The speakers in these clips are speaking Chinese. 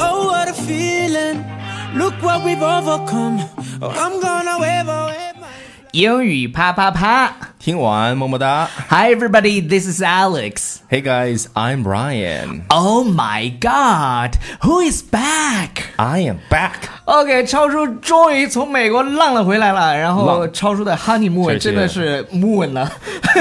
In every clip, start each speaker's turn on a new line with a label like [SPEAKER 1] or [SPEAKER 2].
[SPEAKER 1] Oh, Look what we've overcome. Oh, I'm gonna wave away my.
[SPEAKER 2] 英语啪啪啪
[SPEAKER 3] 听完么么哒。
[SPEAKER 2] ！Hi everybody, this is Alex.
[SPEAKER 3] Hey guys, I'm Brian.
[SPEAKER 2] Oh my God, who is back?
[SPEAKER 3] I am back.
[SPEAKER 2] OK，超叔终于从美国浪了回来了。然后
[SPEAKER 3] 浪
[SPEAKER 2] 超叔的 honeymoon
[SPEAKER 3] 确实
[SPEAKER 2] 真的是 moon 了。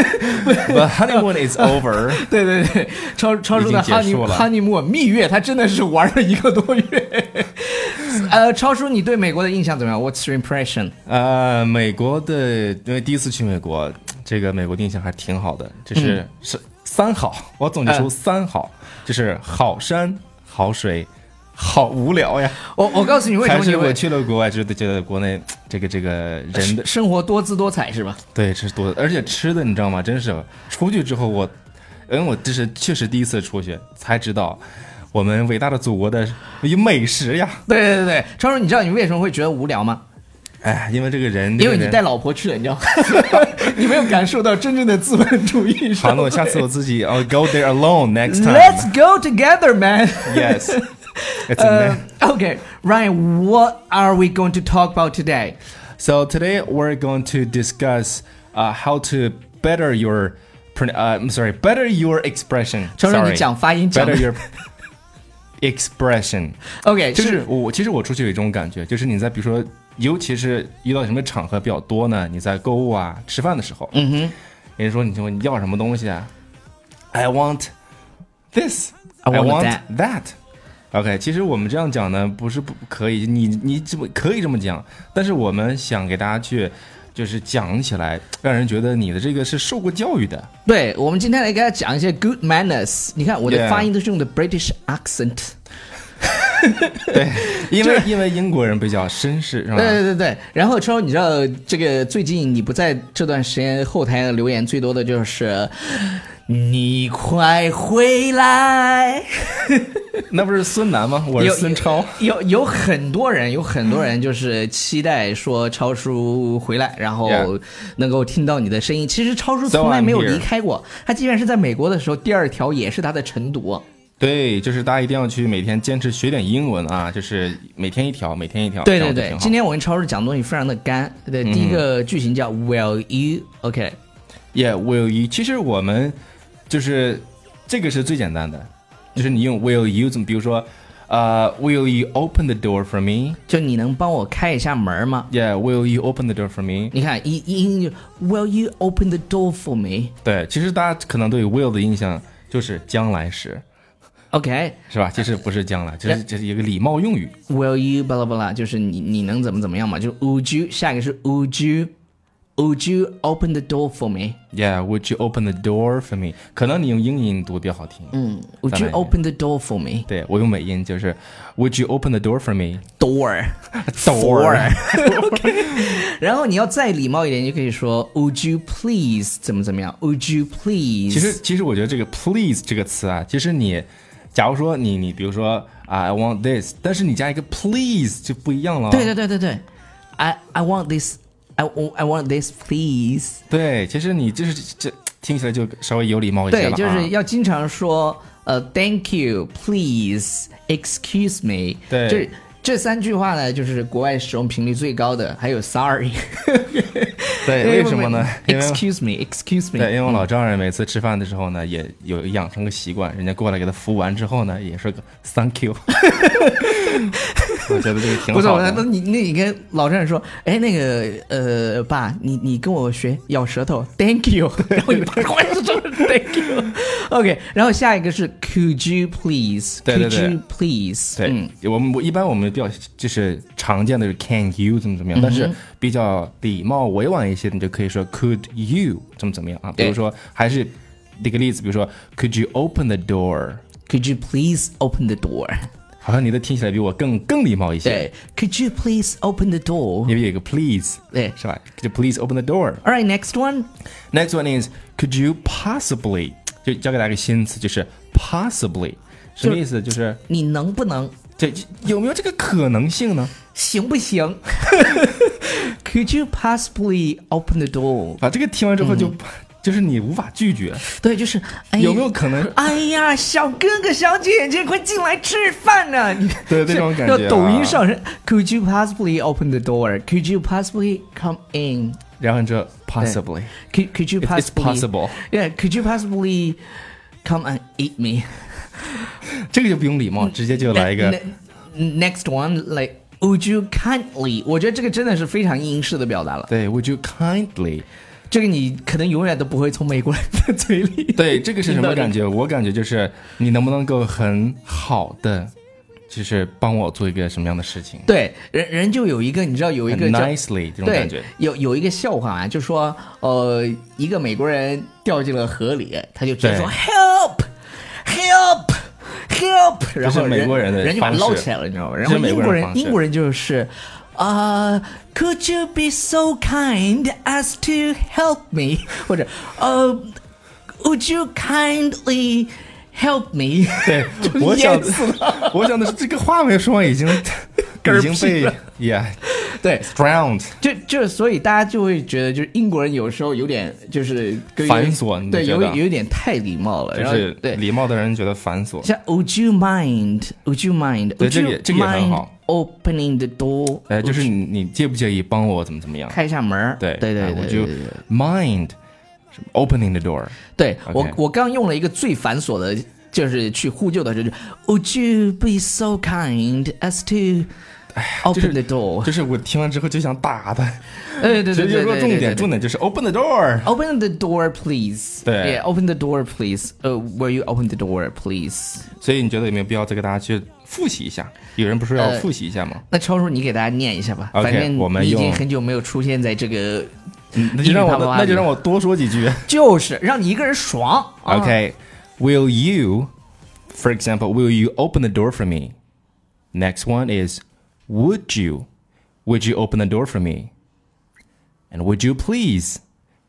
[SPEAKER 3] The honeymoon is over.
[SPEAKER 2] 对对对，超超叔的
[SPEAKER 3] 已经结束
[SPEAKER 2] honey
[SPEAKER 3] 了
[SPEAKER 2] honeymoon 蜜月，他真的是玩了一个多月。 呃，超叔，你对美国的印象怎么样？What's your impression？
[SPEAKER 3] 呃，美国的，因为第一次去美国，这个美国的印象还挺好的，就是、
[SPEAKER 2] 嗯
[SPEAKER 3] 是三好，我总结出三好，就是好山好水。好无聊呀！
[SPEAKER 2] 我我告诉你为什
[SPEAKER 3] 还
[SPEAKER 2] 么你
[SPEAKER 3] 是我
[SPEAKER 2] 会
[SPEAKER 3] 去了国外，就觉得国内这个这个人的
[SPEAKER 2] 生活多姿多彩是吧？
[SPEAKER 3] 对，吃多的，而且吃的你知道吗？真是出去之后我，因为我这是确实第一次出去才知道，我们伟大的祖国的美食呀！
[SPEAKER 2] 对对对对，超叔，你知道你为什么会觉得无聊吗？
[SPEAKER 3] 哎，因为这个人，
[SPEAKER 2] 因为你带
[SPEAKER 3] 带
[SPEAKER 2] 老婆去了，你知道吗？ 你没有感受到真正的资本主义。
[SPEAKER 3] 好，那我下次我自己 I'll go there alone next time.
[SPEAKER 2] Let's go together, man.
[SPEAKER 3] yes, it's a
[SPEAKER 2] Uh,
[SPEAKER 3] man.
[SPEAKER 2] okay, Ryan, what are we going to talk about today?
[SPEAKER 3] So today we're going to discuss uh, how to better your. pron- Uh, I'm sorry. Better your expression.
[SPEAKER 2] 承认你
[SPEAKER 3] Sorry.
[SPEAKER 2] 讲发音讲得
[SPEAKER 3] Better your expression.
[SPEAKER 2] OK，
[SPEAKER 3] 就是我，其实我出去有一种感觉，就是你在比如说，尤其是遇到什么场合比较多呢？你在购物啊、吃饭的时候，嗯哼，人家说你就问你要什么东西啊？I want this,
[SPEAKER 2] I want
[SPEAKER 3] want that. OK，其实我们这样讲呢，不是不可以，你你这么可以这么讲，但是我们想给大家去，就是讲起来，让人觉得你的这个是受过教育的。
[SPEAKER 2] 对，我们今天来给大家讲一些 good manners。你看我的
[SPEAKER 3] Yeah
[SPEAKER 2] 发音都是用的 British accent。
[SPEAKER 3] 对，因为因为英国人比较绅士，是吧？
[SPEAKER 2] 对对对对。然后超，你知道这个最近你不在这段时间后台的留言最多的就是你快回来。
[SPEAKER 3] 那不是孙楠吗？我是
[SPEAKER 2] 有
[SPEAKER 3] 孙超。
[SPEAKER 2] 有有很多人，有很多人就是期待说超叔回来，然后
[SPEAKER 3] Yeah
[SPEAKER 2] 能够听到你的声音。其实超叔
[SPEAKER 3] So
[SPEAKER 2] 从来
[SPEAKER 3] I'm
[SPEAKER 2] 没有
[SPEAKER 3] here 哦
[SPEAKER 2] 离开过，他即便是在美国的时候，第二条也是他的晨读。
[SPEAKER 3] 对，就是大家一定要去每天坚持学点英文啊，就是每天一条，每天一条。
[SPEAKER 2] 对
[SPEAKER 3] 这
[SPEAKER 2] 对
[SPEAKER 3] 样就
[SPEAKER 2] 对
[SPEAKER 3] 挺，好嗯
[SPEAKER 2] 今天我跟超叔讲的东西非常的干。对，第一个句型叫 Will you OK？
[SPEAKER 3] Yeah, will you？其实我们就是这个是最简单的，就是你用 will you 怎么，比如说，呃、w i l l you open the door for me？Yeah,
[SPEAKER 2] 就你能帮我开一下门吗？
[SPEAKER 3] will you open the door for me？
[SPEAKER 2] 你看，一一英语 Will you open the door for me？OK，、
[SPEAKER 3] 对，其实大家可能对 will 的印象就是将来时，是吧？其实不是将来，就是这是一个礼貌用语。
[SPEAKER 2] Will you 巴拉巴拉，就是你你能怎么怎么样嘛？就是 Would you，下一个是 Would you，Would you open the door for me？Would
[SPEAKER 3] Yeah, would you open the door for me？可能你用英音读比较好听。嗯，
[SPEAKER 2] you open the door for
[SPEAKER 3] 对我用美音就是 Would you open the door for me？
[SPEAKER 2] me？Door，door。OK，然后你要再礼貌一点，你就可以说 Would you please 怎么怎么样？Would you please？
[SPEAKER 3] 其实，其实我觉得这个 please 这个词啊，其实你，假如说你你比如说啊 I want this，但是你加一个 please 就不一样了。
[SPEAKER 2] 对对对对对，I I want this，I I want this please。
[SPEAKER 3] 对其实你就是这这听起来就稍微有礼貌一些了、
[SPEAKER 2] 对，就
[SPEAKER 3] 啊。
[SPEAKER 2] 是要经常说呃，thank you，please，excuse me，
[SPEAKER 3] 对
[SPEAKER 2] 这这三句话呢，就是国外使用频率最高的，还有 sorry，
[SPEAKER 3] 对，为什么呢？因为
[SPEAKER 2] ？Excuse me，excuse
[SPEAKER 3] 对，因
[SPEAKER 2] me，
[SPEAKER 3] 为我老丈人每次吃饭的时候呢，也有养成个习惯，人家过来给他服务完之后呢，也是个 thank you。我觉得这个挺
[SPEAKER 2] 不是，
[SPEAKER 3] 好
[SPEAKER 2] 我那
[SPEAKER 3] 的。
[SPEAKER 2] 你那你跟老丈人说，哎，那个呃，爸，你你跟我学咬舌头，thank you，然后你爸过来就这么 thank you，OK，然后下一个是 could you
[SPEAKER 3] 对对对
[SPEAKER 2] please，could you please，
[SPEAKER 3] 对，我们我一般我们比较就是常见的是 can you 怎么怎
[SPEAKER 2] 嗯
[SPEAKER 3] 么样，但是比较礼貌委婉一些，你就可以说 could you 怎么怎么样啊？比
[SPEAKER 2] 对
[SPEAKER 3] 如说还是那个例子，比如说 could you open the door？
[SPEAKER 2] ，could you please open the door？
[SPEAKER 3] 好像你的听起来比我更更礼貌一些，
[SPEAKER 2] 对，could you please open the door？
[SPEAKER 3] 因为有一个 please，
[SPEAKER 2] 对
[SPEAKER 3] 是吧？Could you please open the door？
[SPEAKER 2] All right, next one.
[SPEAKER 3] Next one is could you possibly 就教给大家一个新词，就是 possibly 什么意思？就是
[SPEAKER 2] 你能不能？
[SPEAKER 3] 这有没有这个可能性呢？
[SPEAKER 2] 行不行？Could you possibly open the door？嗯
[SPEAKER 3] 啊，这个听完之后就、就是你无法拒绝。
[SPEAKER 2] 对，就是、哎、
[SPEAKER 3] 有没有可能？
[SPEAKER 2] 哎呀，小哥哥、小姐姐，快进来吃饭呢、你
[SPEAKER 3] 对这种感觉啊
[SPEAKER 2] 就抖音上是 Could you possibly open the door? Could you possibly come in?
[SPEAKER 3] 然后 这 possibly
[SPEAKER 2] Could Could you
[SPEAKER 3] It's- it's
[SPEAKER 2] possibly?
[SPEAKER 3] possible.
[SPEAKER 2] Yeah. Could you possibly come and eat me?
[SPEAKER 3] 这个就不用礼
[SPEAKER 2] 嗯
[SPEAKER 3] 貌，直接就来一个
[SPEAKER 2] Ne- ne- next one like. Would you kindly？我觉得这个真的是非常英式的表达了，
[SPEAKER 3] 对，Would you kindly？
[SPEAKER 2] 这个你可能永远都不会从美国人的嘴里。
[SPEAKER 3] 对，这个是什么感
[SPEAKER 2] 听
[SPEAKER 3] 觉？我感觉就是你能不能够很好的，就是帮我做一个什么样的 事情，
[SPEAKER 2] 对，人人就有一个，你知道有一个
[SPEAKER 3] 很
[SPEAKER 2] 叫
[SPEAKER 3] nicely 这种
[SPEAKER 2] 对，
[SPEAKER 3] 感觉。
[SPEAKER 2] 有有一个笑话啊，就说呃，一个美国人掉进了河里，他就直接
[SPEAKER 3] 对
[SPEAKER 2] 说 help help help，然后
[SPEAKER 3] 美国人的
[SPEAKER 2] 人就把他
[SPEAKER 3] 方
[SPEAKER 2] 捞
[SPEAKER 3] 式
[SPEAKER 2] 起来了，你知道吗？然
[SPEAKER 3] 这
[SPEAKER 2] 后
[SPEAKER 3] 是美
[SPEAKER 2] 英
[SPEAKER 3] 国
[SPEAKER 2] 国
[SPEAKER 3] 人
[SPEAKER 2] 人
[SPEAKER 3] 方式
[SPEAKER 2] 英国人就是呃、c o u l d you be so kind as to help me？或 者呃、w o u l d you kindly help me？
[SPEAKER 3] 对
[SPEAKER 2] 就，
[SPEAKER 3] 我想
[SPEAKER 2] 淹死
[SPEAKER 3] 我想的是这个话没说完，已经
[SPEAKER 2] 嗝
[SPEAKER 3] 已经
[SPEAKER 2] 屁
[SPEAKER 3] 被
[SPEAKER 2] 了
[SPEAKER 3] yeah
[SPEAKER 2] 对，
[SPEAKER 3] drowned。
[SPEAKER 2] 就就所以大家就会觉得，就是英国人有时候有点就是跟
[SPEAKER 3] 繁琐你
[SPEAKER 2] 对，
[SPEAKER 3] 觉
[SPEAKER 2] 有
[SPEAKER 3] 得
[SPEAKER 2] 有一点太礼貌了，
[SPEAKER 3] 就
[SPEAKER 2] 然后
[SPEAKER 3] 是
[SPEAKER 2] 对。
[SPEAKER 3] 礼貌的人觉得繁琐。
[SPEAKER 2] 像 Would you mind? Would you mind?
[SPEAKER 3] 对
[SPEAKER 2] Would
[SPEAKER 3] 这个
[SPEAKER 2] you
[SPEAKER 3] 也这个也很好
[SPEAKER 2] mind Opening the door，
[SPEAKER 3] 哎，就是
[SPEAKER 2] Would you-
[SPEAKER 3] 你你介不介意帮我怎么怎么样？
[SPEAKER 2] 开一下门儿。
[SPEAKER 3] 对
[SPEAKER 2] 对对
[SPEAKER 3] 哎
[SPEAKER 2] 对
[SPEAKER 3] ，Would
[SPEAKER 2] 对
[SPEAKER 3] you
[SPEAKER 2] 对
[SPEAKER 3] mind opening the door？
[SPEAKER 2] 对，
[SPEAKER 3] OK
[SPEAKER 2] 我我刚用了一个最繁琐的，就是去呼救的，就是 Would you be so kind as to open the door？
[SPEAKER 3] 就是我听完之后就想打他。
[SPEAKER 2] 哎，对对
[SPEAKER 3] 所
[SPEAKER 2] 对
[SPEAKER 3] 以就
[SPEAKER 2] 对
[SPEAKER 3] 是说
[SPEAKER 2] 对，
[SPEAKER 3] 重点
[SPEAKER 2] 对
[SPEAKER 3] 重点就是 open the door。
[SPEAKER 2] Open the door, please.
[SPEAKER 3] 对
[SPEAKER 2] Yeah, open the door, please. 呃、will you open the door, please?
[SPEAKER 3] 所以你觉得有没有必要再给大家去复习一下？有人不是要
[SPEAKER 2] 呃
[SPEAKER 3] 复习一下吗？
[SPEAKER 2] 那超叔，你给大家念一下吧。
[SPEAKER 3] OK，
[SPEAKER 2] 反正
[SPEAKER 3] 我们
[SPEAKER 2] 你已经
[SPEAKER 3] 用
[SPEAKER 2] 很久没有出现在这个，
[SPEAKER 3] 那就让我
[SPEAKER 2] 英语啪啪啪
[SPEAKER 3] 那就让我多说几句。
[SPEAKER 2] 就是让你一个人爽。啊
[SPEAKER 3] Okay. Will you, for example, will you open the door for me? Next one is, would you? Would you open the door for me? And would you please?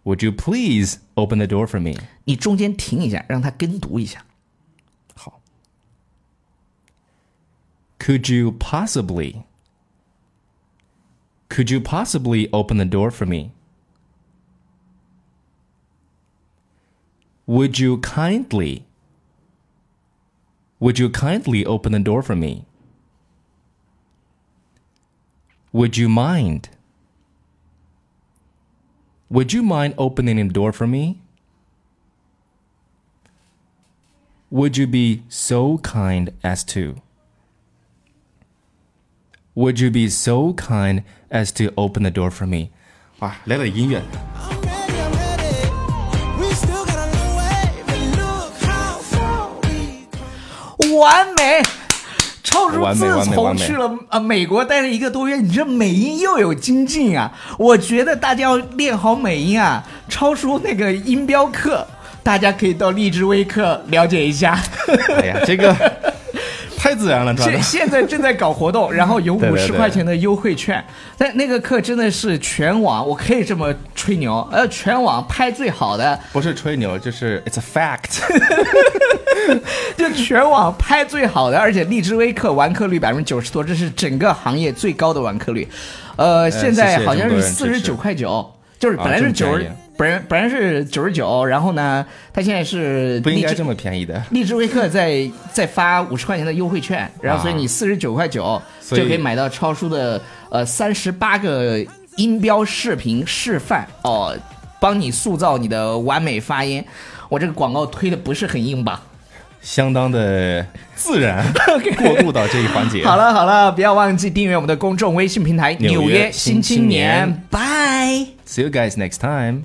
[SPEAKER 3] Would you please open the door for me?
[SPEAKER 2] 你中间停一下，让他跟读一下。
[SPEAKER 3] 好。Could you possibly? Could you possibly open the door for me? Would you kindly? Would you kindly open the door for me? Would you mind? Would you mind opening the door for me? Would you be so kind as to? Would you be so kind as to open the door for me? 哇，来点音乐。
[SPEAKER 1] I'm ready, I'm ready. We still got a long way, but look how far we come.
[SPEAKER 2] 完美。超叔
[SPEAKER 3] 完美
[SPEAKER 2] 自
[SPEAKER 3] 完美
[SPEAKER 2] 从
[SPEAKER 3] 完美
[SPEAKER 2] 去了呃美国待了一个多月，你这美音又有精进啊！我觉得大家要练好美音啊。超叔那个音标课，大家可以到荔枝微课了解一下。
[SPEAKER 3] 哎 呀，这个太自然了，抓的
[SPEAKER 2] 现。现在正在搞活 动，然后有
[SPEAKER 3] 对
[SPEAKER 2] 五
[SPEAKER 3] 对
[SPEAKER 2] 十
[SPEAKER 3] 对
[SPEAKER 2] 块钱的优惠券，但那个课真的是全网，我可以这么吹牛，呃，全网拍最好的，
[SPEAKER 3] 不是吹牛，就是 it's a fact。
[SPEAKER 2] 就全网拍最好的，而且荔枝微课完课率百分之九十多，这是整个行业最高的完课率，呃，现在
[SPEAKER 3] 谢谢
[SPEAKER 2] 好像
[SPEAKER 3] 这
[SPEAKER 2] 是
[SPEAKER 3] 么多
[SPEAKER 2] 四
[SPEAKER 3] 人
[SPEAKER 2] 十
[SPEAKER 3] 支持
[SPEAKER 2] 九块九。就是本
[SPEAKER 3] 啊
[SPEAKER 2] 来
[SPEAKER 3] 这
[SPEAKER 2] 是
[SPEAKER 3] 么
[SPEAKER 2] 九
[SPEAKER 3] 便
[SPEAKER 2] 十、
[SPEAKER 3] 宜
[SPEAKER 2] 本来本来是九十九，然后呢，他现在是
[SPEAKER 3] 不应
[SPEAKER 2] 荔
[SPEAKER 3] 该
[SPEAKER 2] 枝
[SPEAKER 3] 这么便宜的。
[SPEAKER 2] 荔枝微课在在发五十块钱的优惠券，然后
[SPEAKER 3] 啊
[SPEAKER 2] 所以你四十九块九就
[SPEAKER 3] 所以
[SPEAKER 2] 可以买到超叔的呃三十八个音标视频示范哦，帮你塑造你的完美发音。我这个广告推的不是很硬吧？
[SPEAKER 3] 相当的自 然过渡到这一环节。
[SPEAKER 2] 好，了好了，不要忘记订阅我们的公众微信平台《
[SPEAKER 3] 纽
[SPEAKER 2] 纽
[SPEAKER 3] 约
[SPEAKER 2] 新
[SPEAKER 3] 新青
[SPEAKER 2] 年
[SPEAKER 3] 年》，
[SPEAKER 2] 拜。
[SPEAKER 3] ，see you guys next time。